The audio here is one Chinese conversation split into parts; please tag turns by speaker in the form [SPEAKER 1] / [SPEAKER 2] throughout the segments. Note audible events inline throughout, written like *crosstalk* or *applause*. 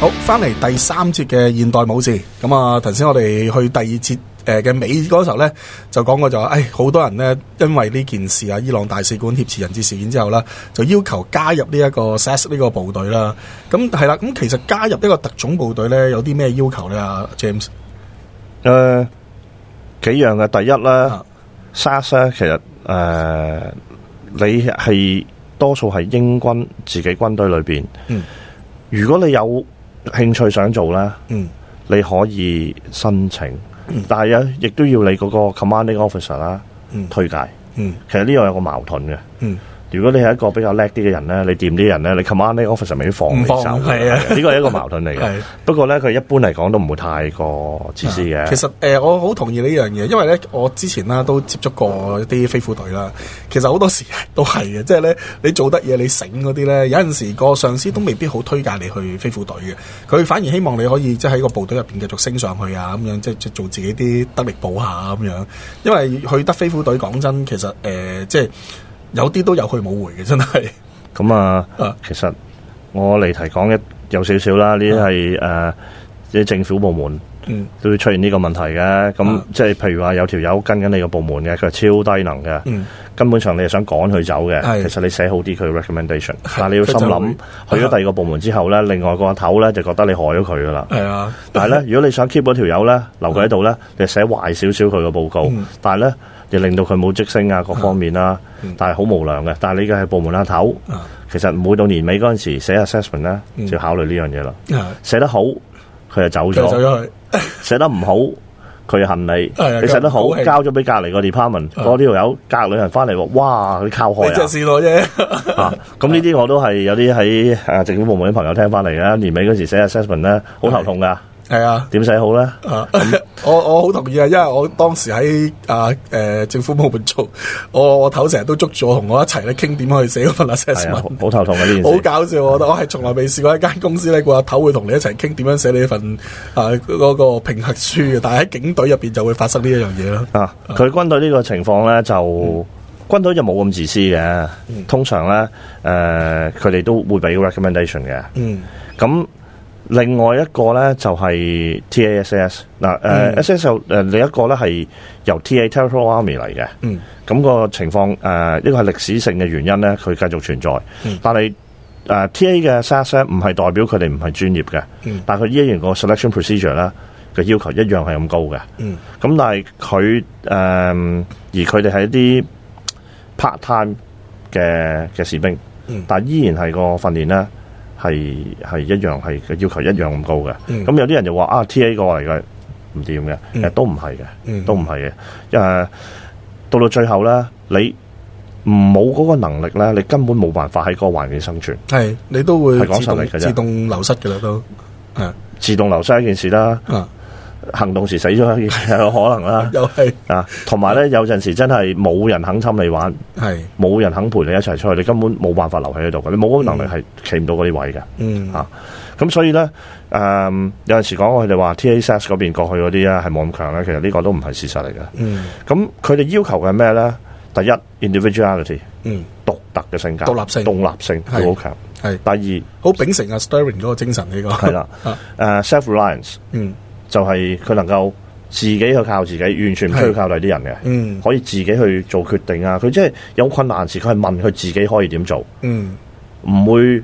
[SPEAKER 1] 好，翻嚟第三節嘅現代武士，咁啊，頭先我哋去第二節誒嘅尾嗰時候咧，就講過就話，誒好多人咧，因為呢件事啊，伊朗大使館挾持人質事件之後啦，就要求加入呢一個 SAS 呢個部隊啦。咁係啦，咁其實加入呢個特種部隊咧，有啲咩要求咧？啊 James，
[SPEAKER 2] 诶、幾樣呃嘅，第一咧
[SPEAKER 1] 啊
[SPEAKER 2] ，SAS 咧其實诶、誒你係多數係英軍自己軍隊裏边，
[SPEAKER 1] 嗯
[SPEAKER 2] 如果你有興趣想做咧，
[SPEAKER 1] 嗯
[SPEAKER 2] 你可以申請，但係咧亦都要你嗰個 commanding officer 啦
[SPEAKER 1] 嗯
[SPEAKER 2] 推介。
[SPEAKER 1] 嗯
[SPEAKER 2] 其實呢樣有個矛盾嘅。
[SPEAKER 1] 嗯，
[SPEAKER 2] 如果你係一個比較叻啲嘅人咧，你掂啲人咧，你 commanding officer 未必放你
[SPEAKER 1] 唔
[SPEAKER 2] 走
[SPEAKER 1] 放係啊
[SPEAKER 2] 嘅。呢個係一個矛
[SPEAKER 1] *laughs*
[SPEAKER 2] 盾嚟嘅
[SPEAKER 1] 係。
[SPEAKER 2] 不過咧，佢一般嚟講都唔會太過自私嘅。
[SPEAKER 1] 其實誒、呃我好同意呢樣嘢，因為咧，我之前啦都接觸過一啲飛虎隊啦。其實好多時都係嘅，即係咧，你做得嘢，你醒嗰啲咧，有陣時個上司都未必好推介你去飛虎隊嘅，佢反而希望你可以即係喺個部隊入邊繼續升上去啊，咁樣即係即係做自己啲得力部下啊咁樣。因為去得飛虎隊，講真，其實誒、呃即係有啲都有去冇回嘅，真係。 *laughs*
[SPEAKER 2] 咁啊
[SPEAKER 1] 啊，
[SPEAKER 2] 其實我離題講一有少少啦，呢啲
[SPEAKER 1] 啊
[SPEAKER 2] 係誒啲政府部門
[SPEAKER 1] 嗯
[SPEAKER 2] 都會出現呢個問題嘅。咁
[SPEAKER 1] 啊
[SPEAKER 2] 即係譬如話有條友跟緊你個部門嘅，佢係超低能嘅，
[SPEAKER 1] 嗯，
[SPEAKER 2] 根本上你係想趕佢走嘅。
[SPEAKER 1] 係
[SPEAKER 2] 其實你寫好啲佢嘅 recommendation，但係你要心
[SPEAKER 1] 佢就
[SPEAKER 2] 諗去
[SPEAKER 1] 會
[SPEAKER 2] 咗第二個部門之後咧，另外個頭咧就覺得你害咗佢噶啦。
[SPEAKER 1] 係啊，
[SPEAKER 2] 但係咧，如果你想 keep 嗰條友咧，留佢喺度咧，你就寫壞少少佢個報告，
[SPEAKER 1] 嗯
[SPEAKER 2] 但係咧又令到佢冇職升啊，各方面啦，
[SPEAKER 1] 嗯
[SPEAKER 2] 但係好無良嘅。但係你嘅係部門阿頭，
[SPEAKER 1] 啊
[SPEAKER 2] 其實每到年尾嗰陣時寫 assessment 咧，
[SPEAKER 1] 嗯
[SPEAKER 2] 就要考慮呢樣嘢啦。
[SPEAKER 1] 啊，
[SPEAKER 2] 寫得好，佢就走
[SPEAKER 1] 佢走
[SPEAKER 2] 咗；
[SPEAKER 1] 咗去，
[SPEAKER 2] 寫得唔好，佢就恨你
[SPEAKER 1] 係啊。
[SPEAKER 2] 你寫得
[SPEAKER 1] 佢唔
[SPEAKER 2] 好
[SPEAKER 1] 高，興
[SPEAKER 2] 交咗俾隔離個 department，
[SPEAKER 1] 啊
[SPEAKER 2] 嗰條友隔離人翻嚟話：哇，佢靠害
[SPEAKER 1] 你
[SPEAKER 2] 啊！
[SPEAKER 1] 真係試過啫。
[SPEAKER 2] *laughs* 啊，咁呢啲我都係有啲喺誒政府部門啲朋友聽翻嚟嘅，年尾嗰時寫 assessment 咧，好頭痛㗎，
[SPEAKER 1] 係啊。
[SPEAKER 2] 點寫好咧？
[SPEAKER 1] 啊！ *laughs* 我我好同意啊，因為我當時喺啊誒政府部門做，我我頭成日都捉住我同我一齊咧傾點去寫嗰份
[SPEAKER 2] 系啊，好
[SPEAKER 1] assessment，
[SPEAKER 2] 好頭痛嘅呢件
[SPEAKER 1] 好
[SPEAKER 2] 事。
[SPEAKER 1] 搞笑，我覺得我係從來未試過一間公司咧，個阿頭會同你一齊傾點樣寫你份啊嗰個評核書嘅，但係喺警隊入邊就會發生呢一樣嘢啦。
[SPEAKER 2] 啊，佢軍隊呢個情況咧，
[SPEAKER 1] 嗯
[SPEAKER 2] 就軍隊就冇咁自私嘅。通常咧，诶、佢哋都會俾 recommendation 嘅。
[SPEAKER 1] 嗯
[SPEAKER 2] 咁另外一個咧就係 TASS 嗱、诶、s s 又诶另一個咧係由 TA Territorial Army 嚟嘅。
[SPEAKER 1] 嗯
[SPEAKER 2] 咁、個情況诶，呃呢、個係歷史性嘅原因咧，佢繼續存在。但係诶 TA 嘅 SAS 咧唔係代表佢哋唔係專業嘅，
[SPEAKER 1] 嗯
[SPEAKER 2] 但係佢依然個 selection procedure 咧嘅要求一樣係咁高嘅。
[SPEAKER 1] 嗯
[SPEAKER 2] 咁但係佢誒，而佢哋係一啲 part time 嘅嘅士兵，
[SPEAKER 1] 嗯
[SPEAKER 2] 但依然係個訓練咧係係一樣係嘅要求一樣咁高嘅。咁、
[SPEAKER 1] 嗯
[SPEAKER 2] 有啲人就話啊，T.A. 過嚟嘅唔掂嘅，其實都唔係嘅，
[SPEAKER 1] 嗯
[SPEAKER 2] 都唔係嘅。誒、到到最後咧，你冇嗰個能力咧，你根本冇辦法喺嗰個環境生存。
[SPEAKER 1] 係你都會
[SPEAKER 2] 係講
[SPEAKER 1] 自
[SPEAKER 2] 實
[SPEAKER 1] 動
[SPEAKER 2] 力嘅啫
[SPEAKER 1] 自動流失嘅啦都。係啊
[SPEAKER 2] 自動流失一件事啦，
[SPEAKER 1] 啊，
[SPEAKER 2] 行動時死咗一件 *laughs* 事有可能啦。
[SPEAKER 1] 又係
[SPEAKER 2] 啊，同埋咧，有陣時真係冇人肯侵你玩。
[SPEAKER 1] 係
[SPEAKER 2] 冇人肯陪你一齊出去，你根本冇辦法留喺呢度嘅，你冇嗰個能力係企唔到嗰啲位嘅。
[SPEAKER 1] 嗯
[SPEAKER 2] 啊咁所以咧，誒、有陣時講佢哋話 TASS 嗰邊過去嗰啲咧係冇咁強咧，其實呢個都唔係事實嚟嘅。
[SPEAKER 1] 嗯
[SPEAKER 2] 咁佢哋要求嘅係咩咧？第一 individuality
[SPEAKER 1] 嗯
[SPEAKER 2] 獨特嘅性格，
[SPEAKER 1] 獨立性
[SPEAKER 2] 獨立性
[SPEAKER 1] 係
[SPEAKER 2] 要好強。
[SPEAKER 1] 係
[SPEAKER 2] 第二
[SPEAKER 1] 好秉承阿 Stirring 嗰個精神呢個
[SPEAKER 2] 係啦，誒
[SPEAKER 1] *laughs* 啊、
[SPEAKER 2] self reliance
[SPEAKER 1] 嗯
[SPEAKER 2] 就係佢能夠自己去靠自己，完全唔需要
[SPEAKER 1] 係
[SPEAKER 2] 靠第啲人嘅。
[SPEAKER 1] 嗯
[SPEAKER 2] 可以自己去做決定啊！佢即係有困難時，佢係問佢自己可以點做。
[SPEAKER 1] 嗯
[SPEAKER 2] 唔會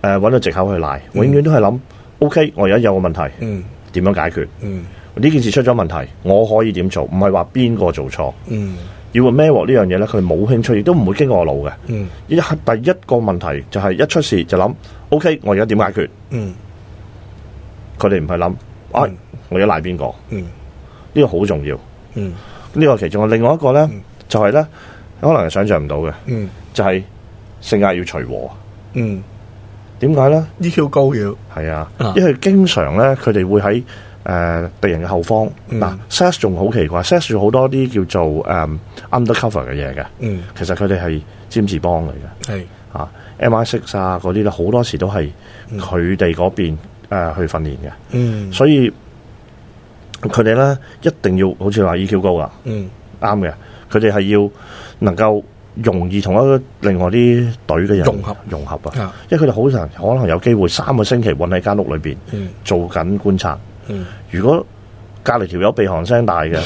[SPEAKER 2] 誒揾、到藉口去賴，永遠都係諗、O K，我而家有個問題，
[SPEAKER 1] 嗯
[SPEAKER 2] 點樣解決？
[SPEAKER 1] 嗯
[SPEAKER 2] 呢件事出咗問題，我可以點做？唔係話邊個做錯，
[SPEAKER 1] 嗯。
[SPEAKER 2] 要孭鑊呢樣嘢咧，佢冇興趣，亦都唔會經過我腦嘅。
[SPEAKER 1] 嗯
[SPEAKER 2] 一第一個問題就係一出事就諗 O K，我而家點解決？
[SPEAKER 1] 嗯
[SPEAKER 2] 佢哋唔係諗，哎
[SPEAKER 1] 嗯，
[SPEAKER 2] 我而家賴邊個？
[SPEAKER 1] 嗯
[SPEAKER 2] 呢、個好重要，
[SPEAKER 1] 嗯
[SPEAKER 2] 呢、個其中。另外一個咧，就係咧，可能係想象唔到嘅，
[SPEAKER 1] 嗯
[SPEAKER 2] 就係、性格要隨和。
[SPEAKER 1] 嗯
[SPEAKER 2] 點解咧？
[SPEAKER 1] ，EQ 高要，
[SPEAKER 2] 係啊
[SPEAKER 1] 啊，
[SPEAKER 2] 因為經常咧，佢哋會喺誒、呃敵人嘅後方。
[SPEAKER 1] 嗯
[SPEAKER 2] 嗱、s a s 仲好奇怪 s a s 好多啲叫做誒、嗯 undercover 嘅嘢嘅，
[SPEAKER 1] 嗯
[SPEAKER 2] 其實佢哋係占士邦嚟嘅
[SPEAKER 1] 係
[SPEAKER 2] 啊，MI 6啊嗰啲咧，好多時都係佢哋嗰邊、呃去訓練嘅，
[SPEAKER 1] 嗯
[SPEAKER 2] 所以佢哋咧一定要好似話 EQ E 高啦，
[SPEAKER 1] 嗯
[SPEAKER 2] 啱嘅，佢哋係要能夠容易同一另外啲隊嘅人
[SPEAKER 1] 融合
[SPEAKER 2] 融合啊，
[SPEAKER 1] 啊，
[SPEAKER 2] 因為佢哋好難可能有機會三個星期韞喺間屋裏邊
[SPEAKER 1] 嗯
[SPEAKER 2] 做緊觀察。
[SPEAKER 1] 嗯，
[SPEAKER 2] 如果隔離條友鼻鼾聲大
[SPEAKER 1] *laughs*
[SPEAKER 2] 嘅，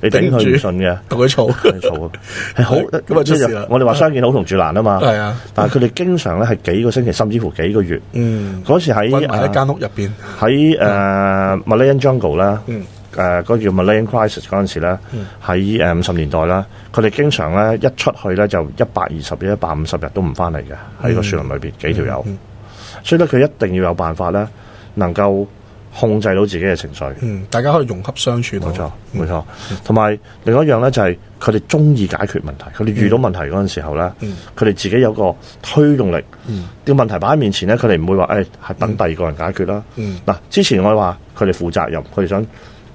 [SPEAKER 2] 你頂佢唔順嘅，
[SPEAKER 1] 同佢嘈，
[SPEAKER 2] 你嘈啊，係好
[SPEAKER 1] 係咁啊出事啦
[SPEAKER 2] 我哋話相見好同住難啊嘛，
[SPEAKER 1] 係啊，
[SPEAKER 2] 但係佢哋經常咧係幾個星期，甚至乎幾個月。
[SPEAKER 1] 嗯，
[SPEAKER 2] 嗰時喺
[SPEAKER 1] 搵埋一
[SPEAKER 2] 呃
[SPEAKER 1] 間屋入邊，
[SPEAKER 2] 喺誒 Malayan Jungle 啦，呃
[SPEAKER 1] 嗯
[SPEAKER 2] 誒嗰個叫 Malayan Crisis 嗰陣時咧，喺呃誒五十年代啦，佢哋經常咧一出去咧就一百二十一百五十日都唔翻嚟嘅，喺
[SPEAKER 1] 嗯
[SPEAKER 2] 個樹林裏邊幾條友，所以咧佢一定要有辦法咧，能夠控制到自己嘅情緒。
[SPEAKER 1] 嗯，大家可以融洽相處到，
[SPEAKER 2] 冇錯，冇錯。同埋另外一樣咧，就係佢哋中意解決問題。佢哋遇到問題嗰陣時候咧，
[SPEAKER 1] 嗯
[SPEAKER 2] 佢哋自己有個推動力。啲問題擺喺面前咧，佢哋唔會話誒係等第二個人解決啦。
[SPEAKER 1] 嗯
[SPEAKER 2] 嗱，之前我話佢哋負責任，佢哋想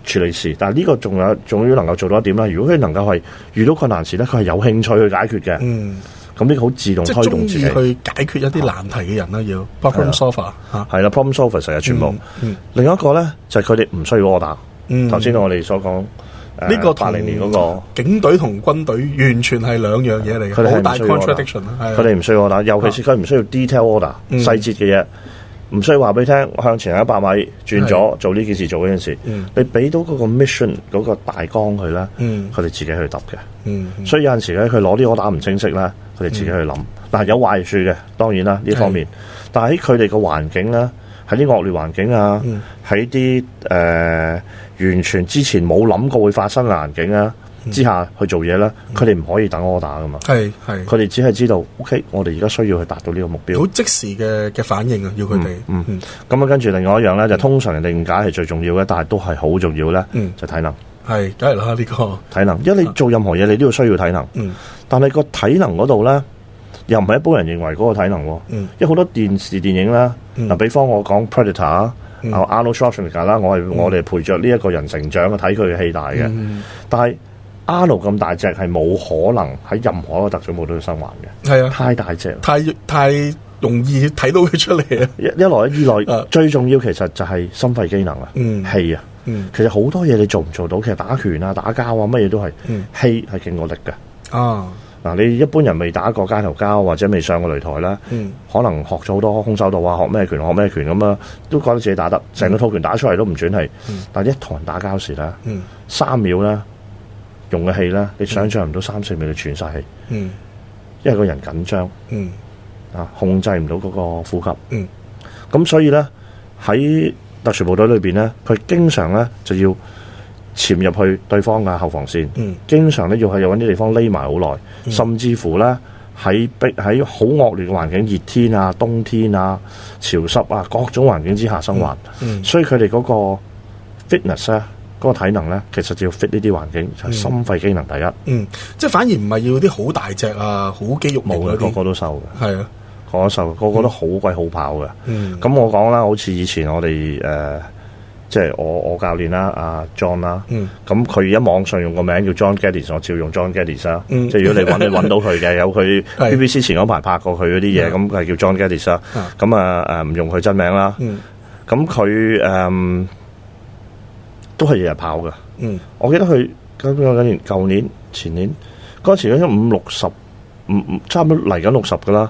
[SPEAKER 2] 處理事，但係呢個仲有，仲要能夠做到一點啦。如果佢能夠係遇到困難時咧，佢係有興趣去解決嘅。
[SPEAKER 1] 嗯，
[SPEAKER 2] 咁呢個好自動
[SPEAKER 1] 即
[SPEAKER 2] 推
[SPEAKER 1] 係中
[SPEAKER 2] 動
[SPEAKER 1] 意
[SPEAKER 2] 自己。
[SPEAKER 1] 去解決一啲難題嘅人啦，要 problem solver 嚇，
[SPEAKER 2] 係啦，problem solver 成日全部。另一個咧就係佢哋唔需要 order。
[SPEAKER 1] 嗯
[SPEAKER 2] 頭先我哋所講誒
[SPEAKER 1] 呢個
[SPEAKER 2] 八
[SPEAKER 1] 同
[SPEAKER 2] 零年嗰個。
[SPEAKER 1] 警隊同軍隊完全係兩樣嘢嚟
[SPEAKER 2] 佢
[SPEAKER 1] 嘅，
[SPEAKER 2] 哋係
[SPEAKER 1] 好
[SPEAKER 2] 唔
[SPEAKER 1] 大
[SPEAKER 2] 需要 order，
[SPEAKER 1] contradiction 啊，嗯係啊
[SPEAKER 2] 佢哋唔需要 order，尤其是佢唔需要 detail order 細節嘅嘢，唔需要話俾你聽我向前行一百米轉
[SPEAKER 1] 嗯
[SPEAKER 2] 咗做呢件事做嗰件事，你俾到嗰個 mission 嗰個大綱佢咧，
[SPEAKER 1] 嗯
[SPEAKER 2] 佢哋自己去揼嘅。
[SPEAKER 1] 嗯嗯
[SPEAKER 2] 所以有陣時咧，佢攞啲 order 唔清晰啦，佢哋自己去諗。嗱有壞處嘅，當然啦呢方面，但係喺佢哋個環境啦，喺啲惡劣環境啊，
[SPEAKER 1] 嗯
[SPEAKER 2] 喺啲誒完全之前冇諗過會發生嘅環境啊
[SPEAKER 1] 嗯
[SPEAKER 2] 之下去做嘢啦，佢哋唔可以等 order 噶嘛。
[SPEAKER 1] 係係。
[SPEAKER 2] 佢哋只係知道，OK，我哋而家需要去達到呢個目標。
[SPEAKER 1] 好即時嘅嘅反應啊，要佢哋，
[SPEAKER 2] 嗯，咁啊，跟住另外一樣咧，就通常人哋誤解係最重要嘅，但係都係好重要咧，
[SPEAKER 1] 嗯
[SPEAKER 2] 就體能。
[SPEAKER 1] 係梗係啦呢個，
[SPEAKER 2] 體能，因為你做任何嘢，你都要需要體能。
[SPEAKER 1] 嗯
[SPEAKER 2] 但係個體能嗰度咧，又唔係一般人認為嗰個體能喎。
[SPEAKER 1] 嗯
[SPEAKER 2] 因為好多電視電影啦，嗱、比方我講 Predator 啊、Arnold
[SPEAKER 1] 嗯
[SPEAKER 2] Schwarzenegger 啦，我係、我哋陪着呢一個人成長，睇佢嘅戲大
[SPEAKER 1] 嗯
[SPEAKER 2] 嘅。但係 Arnold 咁大隻係冇可能喺任何一個特種部隊生還嘅，
[SPEAKER 1] 係啊，
[SPEAKER 2] 太大隻啦。
[SPEAKER 1] 太太容易睇到佢出嚟啊，
[SPEAKER 2] 一一來二來
[SPEAKER 1] 啊，
[SPEAKER 2] 最重要其實就係心肺機能啦，
[SPEAKER 1] 嗯
[SPEAKER 2] 氣啊。
[SPEAKER 1] 嗯
[SPEAKER 2] 其實好多嘢你做唔做到，其實打拳啊、打交啊，乜嘢都係
[SPEAKER 1] 嗯
[SPEAKER 2] 氣係勁過力嘅。
[SPEAKER 1] 啊，
[SPEAKER 2] 嗱，你一般人未打過街頭交啊或者未上過擂台啦，
[SPEAKER 1] 嗯
[SPEAKER 2] 可能學咗好多空手道啊，學咩拳學咩拳咁啊，都覺得自己打得成個套拳打出嚟都唔轉氣。但係一同人打交時咧，
[SPEAKER 1] 嗯
[SPEAKER 2] 三秒啦，用嘅氣咧，你想象唔到三四秒你喘晒氣，
[SPEAKER 1] 嗯
[SPEAKER 2] 因為個人緊張
[SPEAKER 1] 嗯
[SPEAKER 2] 啊，控制唔到嗰個呼吸。
[SPEAKER 1] 嗯
[SPEAKER 2] 咁所以咧喺特殊部隊裏邊咧，佢經常咧就要潛入去對方嘅後防線，
[SPEAKER 1] 嗯
[SPEAKER 2] 經常咧要係揾啲地方匿埋好耐，甚至乎咧喺逼喺好惡劣嘅環境，熱天啊、冬天啊、潮濕啊各種環境之下生活，
[SPEAKER 1] 嗯
[SPEAKER 2] 所以佢哋嗰個 fitness 咧。嗰個體能咧，其實就要 fit 呢啲環境，就係心肺機能第一，
[SPEAKER 1] 嗯，即係反而唔係要啲好大隻啊，好肌肉
[SPEAKER 2] 冇
[SPEAKER 1] 冇嗯嗰
[SPEAKER 2] 嘅個
[SPEAKER 1] 啲，
[SPEAKER 2] 個都瘦嘅。
[SPEAKER 1] 係啊，
[SPEAKER 2] 嗰首個個都好鬼好跑嘅。咁、
[SPEAKER 1] 嗯
[SPEAKER 2] 我講啦，好似以前我哋誒、呃即係我我教練啦，阿、John 啦，
[SPEAKER 1] 嗯
[SPEAKER 2] 咁佢而家網上用個名叫 John Geddes，我照用 John Geddes 啦。
[SPEAKER 1] 嗯
[SPEAKER 2] 即係如果
[SPEAKER 1] *laughs*
[SPEAKER 2] 你揾你揾到佢嘅，有佢
[SPEAKER 1] 係嗯
[SPEAKER 2] BBC 前嗰排拍過佢嗰啲嘢，咁佢係叫 John Geddes 啦
[SPEAKER 1] 啊。
[SPEAKER 2] 咁啊誒唔用佢真名啦。
[SPEAKER 1] 嗯
[SPEAKER 2] 咁佢誒都係日日跑嘅。
[SPEAKER 1] 嗯
[SPEAKER 2] 我記得佢咁嗰年舊年前年嗰陣時應該五六十，五五差唔多嚟緊六十噶啦。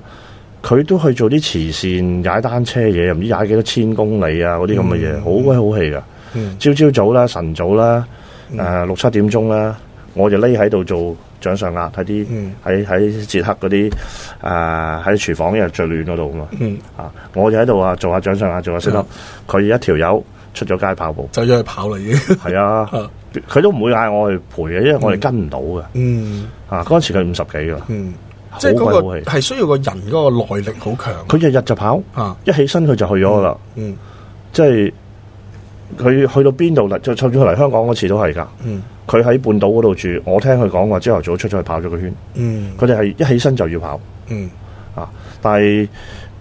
[SPEAKER 2] 佢都去做啲慈善踩單車嘢，又唔知踩幾多千公里啊嗰啲咁嘅嘢，好鬼好氣噶。
[SPEAKER 1] 嗯
[SPEAKER 2] 朝朝早啦，晨早啦，誒、六七點鐘啦，我就匿喺度做掌上壓，喺啲
[SPEAKER 1] 嗯
[SPEAKER 2] 喺喺捷克嗰啲誒喺廚房因為最亂嗰度啊嘛。
[SPEAKER 1] 嗯，
[SPEAKER 2] 啊，我就喺度啊做下掌上壓，做下 sit up，佢一條友出咗街跑步。
[SPEAKER 1] 走咗去跑啦已
[SPEAKER 2] *laughs*
[SPEAKER 1] 經，
[SPEAKER 2] 係啊，佢都唔會嗌我去陪嘅，因為我哋跟唔到嘅。
[SPEAKER 1] 嗯
[SPEAKER 2] 啊，嗰陣時佢五十幾噶，
[SPEAKER 1] 嗯，
[SPEAKER 2] 好
[SPEAKER 1] 即係
[SPEAKER 2] 鬼
[SPEAKER 1] 嗰
[SPEAKER 2] 好
[SPEAKER 1] 個
[SPEAKER 2] 氣。
[SPEAKER 1] 係需要個人嗰個耐力好強
[SPEAKER 2] 佢日日就跑，
[SPEAKER 1] 啊，
[SPEAKER 2] 一起身佢就去咗噶啦。
[SPEAKER 1] 嗯
[SPEAKER 2] 即係佢去到邊度嚟，就就算佢嚟香港嗰次都係㗎。
[SPEAKER 1] 嗯
[SPEAKER 2] 佢喺半島嗰度住，我聽佢講話，朝頭早出咗去跑咗個圈。
[SPEAKER 1] 嗯
[SPEAKER 2] 佢哋係一起身就要跑
[SPEAKER 1] 嗯
[SPEAKER 2] 啊！但係誒、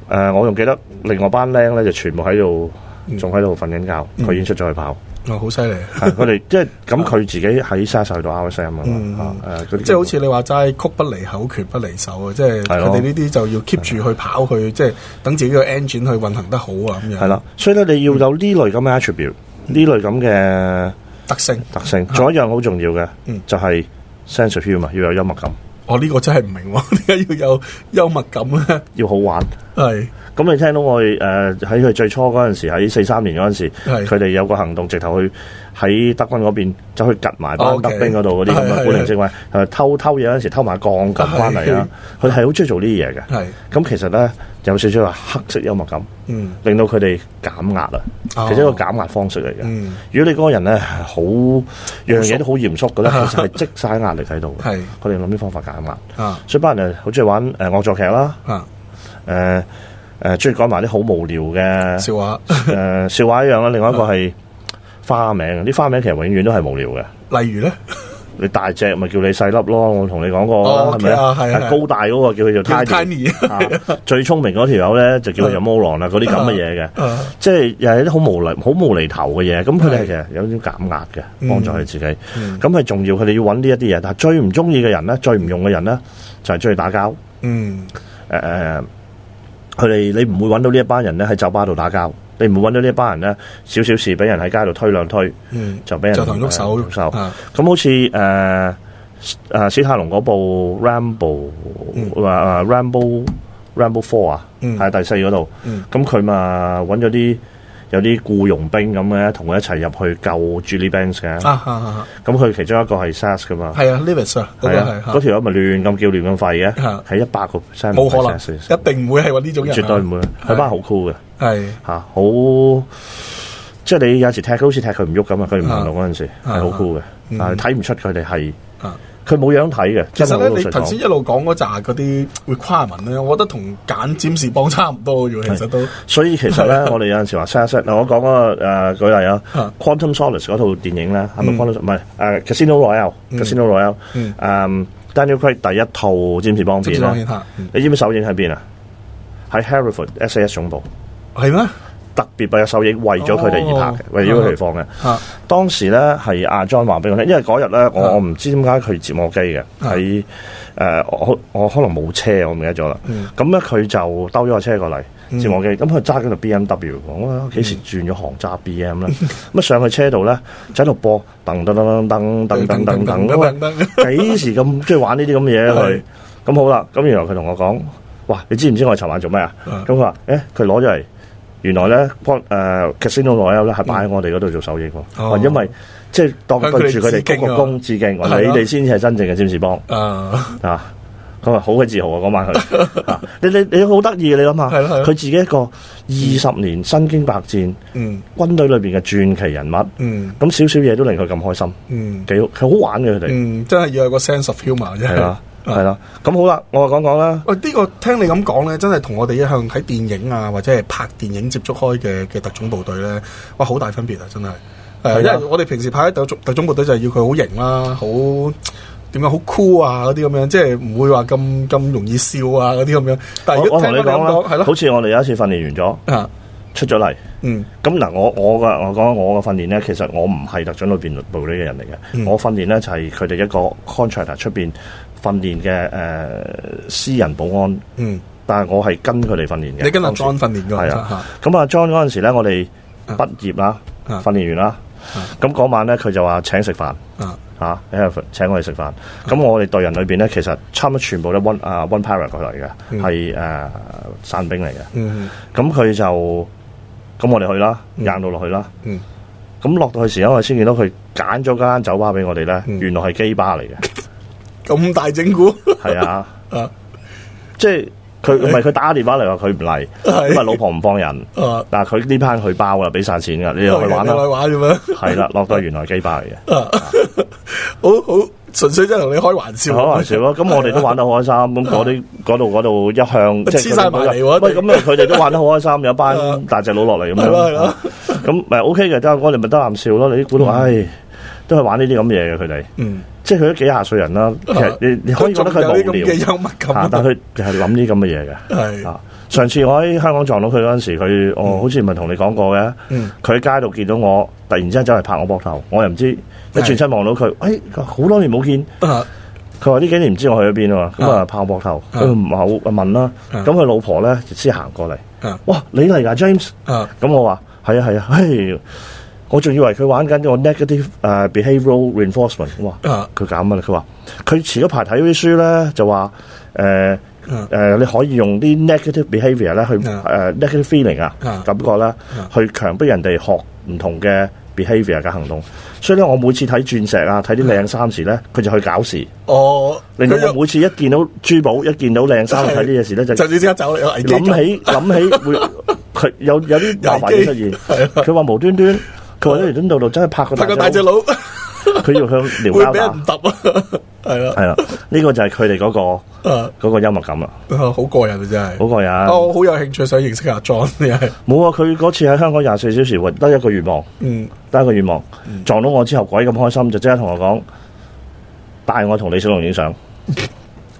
[SPEAKER 2] 呃我仲記得另外班僆咧，就全部喺度，
[SPEAKER 1] 嗯
[SPEAKER 2] 仲喺度瞓緊覺，佢已經出咗去跑。
[SPEAKER 1] 哦，好犀利，
[SPEAKER 2] 啊佢哋即係咁，佢自己喺沙沙去到 RSM 啊
[SPEAKER 1] 啊嗯
[SPEAKER 2] 嘛啊誒嗰啲
[SPEAKER 1] 即係好似你話齋曲不離口，拳不離手啊！即係
[SPEAKER 2] 係
[SPEAKER 1] 佢
[SPEAKER 2] 咯
[SPEAKER 1] 哋呢啲就要 keep 住去跑去，即係等自己個 engine 去運行得好啊咁樣。
[SPEAKER 2] 係啦，所以咧你要有呢類咁嘅 attribute，呢類咁嘅
[SPEAKER 1] 特性嗯
[SPEAKER 2] 特性。仲有一樣好重要嘅，就係 sense of humour，要有幽默感。
[SPEAKER 1] 我哦呢個真係唔明喎， *laughs* 點解要有幽默感咧？
[SPEAKER 2] 要好玩。
[SPEAKER 1] 係
[SPEAKER 2] 咁你聽到我哋誒喺佢最初嗰陣時，喺四三年嗰陣時，
[SPEAKER 1] 係
[SPEAKER 2] 佢哋有個行動，直頭去喺德軍嗰邊走去趌埋班
[SPEAKER 1] 哦 OK
[SPEAKER 2] 德兵嗰度嗰啲咁
[SPEAKER 1] 係係
[SPEAKER 2] 嘅古靈精怪，誒偷偷嘢嗰陣時偷埋鋼琴翻嚟啦，佢哋係好中意做呢啲嘢嘅。
[SPEAKER 1] 係，
[SPEAKER 2] 咁其實咧有少少係黑色幽默感，
[SPEAKER 1] 嗯
[SPEAKER 2] 令到佢哋減壓啊，
[SPEAKER 1] 哦
[SPEAKER 2] 其實一個減壓方式嚟嘅。
[SPEAKER 1] 嗯，
[SPEAKER 2] 如果你嗰個人咧係好樣嘢都好嚴肅嘅咧，其實係積晒壓力喺度嘅。
[SPEAKER 1] 啊係
[SPEAKER 2] 佢哋諗啲方法減壓，
[SPEAKER 1] 啊
[SPEAKER 2] 所以班人呃好中意玩誒惡作劇啦。
[SPEAKER 1] 啊，
[SPEAKER 2] 誒誒，中意講埋啲好無聊嘅
[SPEAKER 1] 笑話， *laughs*
[SPEAKER 2] 誒、笑話一樣啦。另外一個係花名，啲花名其實永遠都係無聊嘅。
[SPEAKER 1] 例如咧，
[SPEAKER 2] 你大隻咪叫你細粒咯，我同你講過
[SPEAKER 1] 哦
[SPEAKER 2] 啦，係咪
[SPEAKER 1] 啊係係
[SPEAKER 2] 啊高大嗰個叫佢做 tiny，
[SPEAKER 1] Tiny *laughs*
[SPEAKER 2] 啊最聰明嗰條友咧就叫佢做 moron 啊啦，嗰啲咁嘅嘢嘅，
[SPEAKER 1] 啊，
[SPEAKER 2] 即係又係啲好無厘好無厘頭嘅嘢。咁佢哋
[SPEAKER 1] 係
[SPEAKER 2] 其實有啲減壓嘅，
[SPEAKER 1] 嗯
[SPEAKER 2] 幫助佢自己。咁
[SPEAKER 1] 嗯
[SPEAKER 2] 係重要，佢哋要揾呢一啲嘢。但係最唔中意嘅人咧，最唔用嘅人咧，就係中意打交。
[SPEAKER 1] 嗯
[SPEAKER 2] 誒、誒，佢哋你唔會揾到呢一班人咧喺酒吧度打交，你唔會揾到呢一班人咧少少事俾人喺街度推兩推
[SPEAKER 1] 嗯，
[SPEAKER 2] 就俾人
[SPEAKER 1] 就同人喐手
[SPEAKER 2] 呃喐手。
[SPEAKER 1] 啊，
[SPEAKER 2] 咁好似誒誒史泰龍嗰部 Rambo
[SPEAKER 1] 嗯
[SPEAKER 2] 話啊 Rambo Rambo Four 啊，
[SPEAKER 1] 嗯
[SPEAKER 2] 係第四嗰度
[SPEAKER 1] 嗯，
[SPEAKER 2] 咁佢咪揾咗啲。有啲僱傭兵咁嘅，同佢一齊入去救 Julie Banks 嘅。
[SPEAKER 1] 啊啊啊，
[SPEAKER 2] 咁佢、其中一個係 SAS 噶嘛，
[SPEAKER 1] 係啊，Levis 啊，嗰個
[SPEAKER 2] 係啊
[SPEAKER 1] 係，
[SPEAKER 2] 嗰
[SPEAKER 1] 嚇
[SPEAKER 2] 條友咪亂咁叫亂咁吠
[SPEAKER 1] 啊
[SPEAKER 2] 嘅，係一百個 percent
[SPEAKER 1] 冇可能，一定唔會係揾呢種人啊，
[SPEAKER 2] 絕對唔會，佢班好 cool 嘅
[SPEAKER 1] 係
[SPEAKER 2] 嚇，好即係你有時踢佢好似踢佢唔喐咁啊！佢唔行路嗰陣時係好 cool 嘅，
[SPEAKER 1] 嗯
[SPEAKER 2] 但係睇唔出佢哋係
[SPEAKER 1] 啊。
[SPEAKER 2] 佢冇樣睇嘅。
[SPEAKER 1] 其實咧，你
[SPEAKER 2] 真係好
[SPEAKER 1] 頭
[SPEAKER 2] 老實
[SPEAKER 1] 先
[SPEAKER 2] 講
[SPEAKER 1] 一路講嗰扎嗰啲 requirement 咧，我覺得同揀占士邦差唔多嘅喎，其實都
[SPEAKER 2] 所以其實
[SPEAKER 1] *laughs*
[SPEAKER 2] 咧，我哋有陣時話 set set 嗱，我講嗰個誒舉例
[SPEAKER 1] 啊
[SPEAKER 2] 啊，Quantum Solace 嗰套電影咧，係咪
[SPEAKER 1] 嗯
[SPEAKER 2] Quantum 唔係誒 Casino Royale，Casino Royale
[SPEAKER 1] 嗯
[SPEAKER 2] 誒 Daniel Craig 第一套占士邦
[SPEAKER 1] 占
[SPEAKER 2] 片
[SPEAKER 1] 士邦
[SPEAKER 2] 啦
[SPEAKER 1] 顯，嚇，嗯
[SPEAKER 2] 你知唔知首映喺邊啊？喺 Hereford SAS 總部，
[SPEAKER 1] 係咩？
[SPEAKER 2] 特別為咗首映為咗佢哋而拍
[SPEAKER 1] 哦
[SPEAKER 2] 嘅，為咗佢哋放嘅。
[SPEAKER 1] 嚇
[SPEAKER 2] 當時咧係阿 John 話俾我聽，因為嗰日咧
[SPEAKER 1] 啊
[SPEAKER 2] 我我唔知點解佢接我機嘅，喺誒、我我可能冇車，我唔記得咗啦
[SPEAKER 1] 嗯。
[SPEAKER 2] 咁咧佢就兜咗個車過嚟
[SPEAKER 1] 嗯
[SPEAKER 2] 接我機，咁佢揸緊度 B M W，我話幾時轉咗行揸 B *laughs* M 咧？咁啊上去車度咧就喺度播噔噔噔噔
[SPEAKER 1] 嗯
[SPEAKER 2] 噔噔噔啊噔
[SPEAKER 1] 等
[SPEAKER 2] 噔
[SPEAKER 1] 等等，
[SPEAKER 2] *laughs* 噔，幾時咁中意玩呢啲咁嘅嘢呢
[SPEAKER 1] 係
[SPEAKER 2] 佢？咁好啦，咁原來佢同我講，哇！你知唔知我尋晚做咩啊？
[SPEAKER 1] 啊
[SPEAKER 2] 咁佢話誒佢攞咗嚟。原來咧，誒 Casino Royale 咧係擺喺我哋嗰度做首映喎，
[SPEAKER 1] 嗯哦
[SPEAKER 2] 話因為即係當
[SPEAKER 1] 向佢哋
[SPEAKER 2] 對住佢哋
[SPEAKER 1] 致敬
[SPEAKER 2] 鞠
[SPEAKER 1] 啊
[SPEAKER 2] 個躬致敬，話
[SPEAKER 1] 係
[SPEAKER 2] 你
[SPEAKER 1] 咯
[SPEAKER 2] 哋先至係真正嘅占士邦
[SPEAKER 1] 啊
[SPEAKER 2] 啊！咁啊，好鬼自豪啊！嗰晚
[SPEAKER 1] *laughs*
[SPEAKER 2] 佢啊，你你你好得意啊！你諗下，
[SPEAKER 1] 係咯係咯
[SPEAKER 2] 佢自己一個二十年身經百戰
[SPEAKER 1] 嗯
[SPEAKER 2] 軍隊裏邊嘅傳奇人物，
[SPEAKER 1] 嗯
[SPEAKER 2] 咁少少嘢都令佢咁開心， *laughs*
[SPEAKER 1] 嗯
[SPEAKER 2] 幾好佢好玩嘅佢哋
[SPEAKER 1] 嗯，真係要有個 sense of humour 啫。
[SPEAKER 2] 係啊啦係啦。咁好啦，我講講啦，
[SPEAKER 1] 喂，哦呢個聽你咁講咧，真係同我哋一向睇電影啊，或者係拍電影接觸開嘅嘅特種部隊咧，哇，好大分別啊！真係，誒、因
[SPEAKER 2] 啊
[SPEAKER 1] 為我哋平時拍啲特種特種部隊就係要佢好型啦，好點講好 cool 啊嗰啲咁樣，即係唔會話咁咁容易笑啊嗰啲咁樣。但係
[SPEAKER 2] 我
[SPEAKER 1] 如果
[SPEAKER 2] 我同
[SPEAKER 1] 聽
[SPEAKER 2] 你
[SPEAKER 1] 你咁
[SPEAKER 2] 講
[SPEAKER 1] 講，係
[SPEAKER 2] 啦，
[SPEAKER 1] 咯
[SPEAKER 2] 好，似我哋有一次訓練完咗
[SPEAKER 1] 啊，
[SPEAKER 2] 出咗嚟。
[SPEAKER 1] 嗯
[SPEAKER 2] 咁嗱，我我嘅我講我嘅訓練咧，其實我唔係特種裏邊部隊嘅人嚟嘅，
[SPEAKER 1] 嗯
[SPEAKER 2] 我訓練咧就係佢哋一個 contractor 出邊訓練嘅誒、私人保安，
[SPEAKER 1] 嗯，
[SPEAKER 2] 但係我係跟佢哋訓練嘅。
[SPEAKER 1] 你跟阿
[SPEAKER 2] 當時
[SPEAKER 1] John 訓練㗎，
[SPEAKER 2] 係啊，咁啊 John 嗰陣時咧，我哋畢業啦，
[SPEAKER 1] 啊
[SPEAKER 2] 訓練完啦，咁嗰晚咧佢就話請食飯。
[SPEAKER 1] 嚇啊
[SPEAKER 2] 嚇，因為請我哋食飯，咁我哋隊人裏邊咧，其實差唔多全部都 one 啊 one para 過嚟嘅，係誒散兵嚟嘅。
[SPEAKER 1] 嗯
[SPEAKER 2] 咁佢就咁我哋去啦，硬到落去啦。
[SPEAKER 1] 嗯
[SPEAKER 2] 咁落到去時候，我先見到佢揀咗間酒吧俾我哋咧，
[SPEAKER 1] 嗯
[SPEAKER 2] 原來係基吧嚟嘅，
[SPEAKER 1] 咁大整蠱 *laughs*
[SPEAKER 2] 係啊，
[SPEAKER 1] 啊
[SPEAKER 2] 即係佢唔係佢打電話嚟話佢唔嚟，
[SPEAKER 1] *laughs* 係
[SPEAKER 2] 因為老婆唔放人，
[SPEAKER 1] 啊，
[SPEAKER 2] 但係佢呢班佢包啦，俾晒錢噶，你又去玩啊
[SPEAKER 1] 你
[SPEAKER 2] 啦，
[SPEAKER 1] 去玩咁樣。
[SPEAKER 2] 係啦，落到去原來係基吧嚟嘅，
[SPEAKER 1] 啊， *laughs* 好好純粹真係同你開玩笑，
[SPEAKER 2] 開哦玩笑咯。咁我哋都玩得好開心，咁嗰
[SPEAKER 1] *laughs*
[SPEAKER 2] 啲嗰度嗰度一向即係
[SPEAKER 1] 黐晒埋嚟喎
[SPEAKER 2] 喂，咁啊佢哋都玩得好開心，有班
[SPEAKER 1] *laughs* 啊
[SPEAKER 2] 大隻佬落嚟
[SPEAKER 1] *laughs*
[SPEAKER 2] 咁
[SPEAKER 1] 係咯係
[SPEAKER 2] 樣
[SPEAKER 1] 咯，
[SPEAKER 2] 咁咪 OK 嘅，得我哋咪得啖笑咯。你估到唉，都係玩呢啲咁嘢嘅佢哋。
[SPEAKER 1] 嗯，
[SPEAKER 2] 即係佢都幾廿歲人
[SPEAKER 1] *laughs*
[SPEAKER 2] 啦，其實你你可以覺得佢
[SPEAKER 1] 仲有啲
[SPEAKER 2] 無
[SPEAKER 1] 咁
[SPEAKER 2] 聊
[SPEAKER 1] 嘅幽默
[SPEAKER 2] 嚇
[SPEAKER 1] 感，
[SPEAKER 2] 但佢就係諗呢咁嘅嘢嘅。
[SPEAKER 1] 啊係
[SPEAKER 2] 啊，上次我喺香港撞到佢嗰陣時，佢我好似唔係同你講過嘅
[SPEAKER 1] 嗯，
[SPEAKER 2] 佢喺街度見到我，突然之間走嚟拍我膊頭，我又唔知，一
[SPEAKER 1] 係
[SPEAKER 2] 轉身望到佢，誒好多年冇見，
[SPEAKER 1] 啊
[SPEAKER 2] 佢話呢幾年唔知我去咗邊啊嘛，咁
[SPEAKER 1] 啊
[SPEAKER 2] 啊拍我膊頭，
[SPEAKER 1] 啊
[SPEAKER 2] 佢唔好問啦，
[SPEAKER 1] 啊
[SPEAKER 2] 咁佢老婆咧就先行過嚟
[SPEAKER 1] 啊，
[SPEAKER 2] 哇你嚟㗎 James，
[SPEAKER 1] 啊
[SPEAKER 2] *laughs* 咁我話係啊係啊，嘿，我仲以為佢玩緊個 negative 誒 behavioural reinforcement，哇！
[SPEAKER 1] 啊
[SPEAKER 2] 佢搞乜啦？佢話佢前嗰排睇啲書咧，就話誒
[SPEAKER 1] 啊
[SPEAKER 2] 誒，你可以用啲 negative behaviour 咧去誒
[SPEAKER 1] 啊
[SPEAKER 2] negative feeling 啊
[SPEAKER 1] 啊
[SPEAKER 2] 感覺啦，去強迫人哋學唔同嘅 behaviour 嘅行動。所以咧，我每次睇鑽石啊，睇啲靚衫時咧，佢就去搞事，
[SPEAKER 1] 哦，
[SPEAKER 2] 令
[SPEAKER 1] 佢
[SPEAKER 2] 到
[SPEAKER 1] 又
[SPEAKER 2] 我每次一見到珠寶，一見到靚衫
[SPEAKER 1] 係
[SPEAKER 2] 睇呢嘢時咧，就
[SPEAKER 1] 就你即刻走，有危機
[SPEAKER 2] 諗
[SPEAKER 1] 感。
[SPEAKER 2] 起 *laughs* 諗起會佢有有
[SPEAKER 1] *laughs*
[SPEAKER 2] 啲麻煩
[SPEAKER 1] 危機啊
[SPEAKER 2] 嘢出現。佢話無端端，佢話呢條端度度真係拍個
[SPEAKER 1] 拍個
[SPEAKER 2] 大
[SPEAKER 1] 大
[SPEAKER 2] 隻
[SPEAKER 1] 隻
[SPEAKER 2] 佬，
[SPEAKER 1] 佬
[SPEAKER 2] 佢要向
[SPEAKER 1] *laughs*
[SPEAKER 2] 撩
[SPEAKER 1] 會
[SPEAKER 2] 交
[SPEAKER 1] 俾人
[SPEAKER 2] 打。
[SPEAKER 1] 揼啊，係啦，
[SPEAKER 2] 係啦，呢個就係佢哋嗰個
[SPEAKER 1] 啊
[SPEAKER 2] 嗰個幽默感啦，
[SPEAKER 1] 啊好過癮啊真
[SPEAKER 2] 好
[SPEAKER 1] 係。
[SPEAKER 2] 過
[SPEAKER 1] 啊
[SPEAKER 2] 癮。
[SPEAKER 1] 我好有興趣想認識阿 John 真係，
[SPEAKER 2] 冇啊，佢嗰次喺香港廿四小時，唯得一個願望，
[SPEAKER 1] 嗯，
[SPEAKER 2] 得一個願望，撞到我之後鬼咁開心，就即刻同我講。帶我同李小龍影相，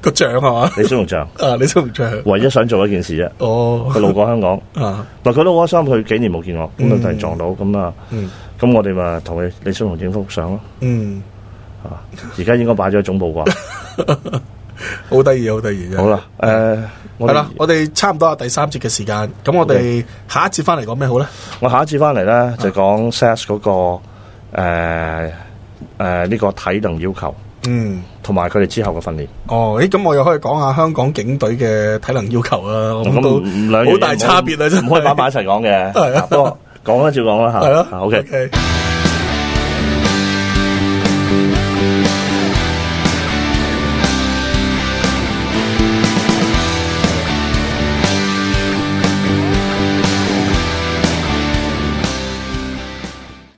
[SPEAKER 1] 個像係
[SPEAKER 2] *laughs*
[SPEAKER 1] 嘛？
[SPEAKER 2] 李小龍像
[SPEAKER 1] 啊，你中唔中？
[SPEAKER 2] 唯一想做一件事啫，
[SPEAKER 1] 哦，
[SPEAKER 2] 佢路過香港，
[SPEAKER 1] 啊，
[SPEAKER 2] 嗱佢都好開心，佢幾年冇見我，咁啊突然撞到，咁啊，
[SPEAKER 1] 嗯
[SPEAKER 2] 咁我哋咪同佢李小龍影幅相咯。
[SPEAKER 1] 嗯，
[SPEAKER 2] 而家應該擺咗喺總
[SPEAKER 1] *laughs*
[SPEAKER 2] 部啩。
[SPEAKER 1] 好得意，好得意啊真係
[SPEAKER 2] 好啦，誒、我
[SPEAKER 1] 系
[SPEAKER 2] 哋
[SPEAKER 1] 啦，我哋差唔多啊係第三節嘅時間，咁我哋下一節翻嚟講咩好咧？
[SPEAKER 2] 我下一次翻嚟
[SPEAKER 1] 啊
[SPEAKER 2] 咧就講 SAS 嗰、個誒誒呢個體能要求，
[SPEAKER 1] 嗯，
[SPEAKER 2] 同埋佢哋之後嘅訓練。
[SPEAKER 1] 哦，咦，咁我又可以講下香港警隊嘅體能要求啊，我諗
[SPEAKER 2] 咁兩
[SPEAKER 1] 到
[SPEAKER 2] 樣嘢
[SPEAKER 1] 好大差別啊，真係啊
[SPEAKER 2] 唔可以擺埋一齊講嘅。不過講啦，照講啦嚇。
[SPEAKER 1] 係咯
[SPEAKER 2] 啊，OK。
[SPEAKER 1] OK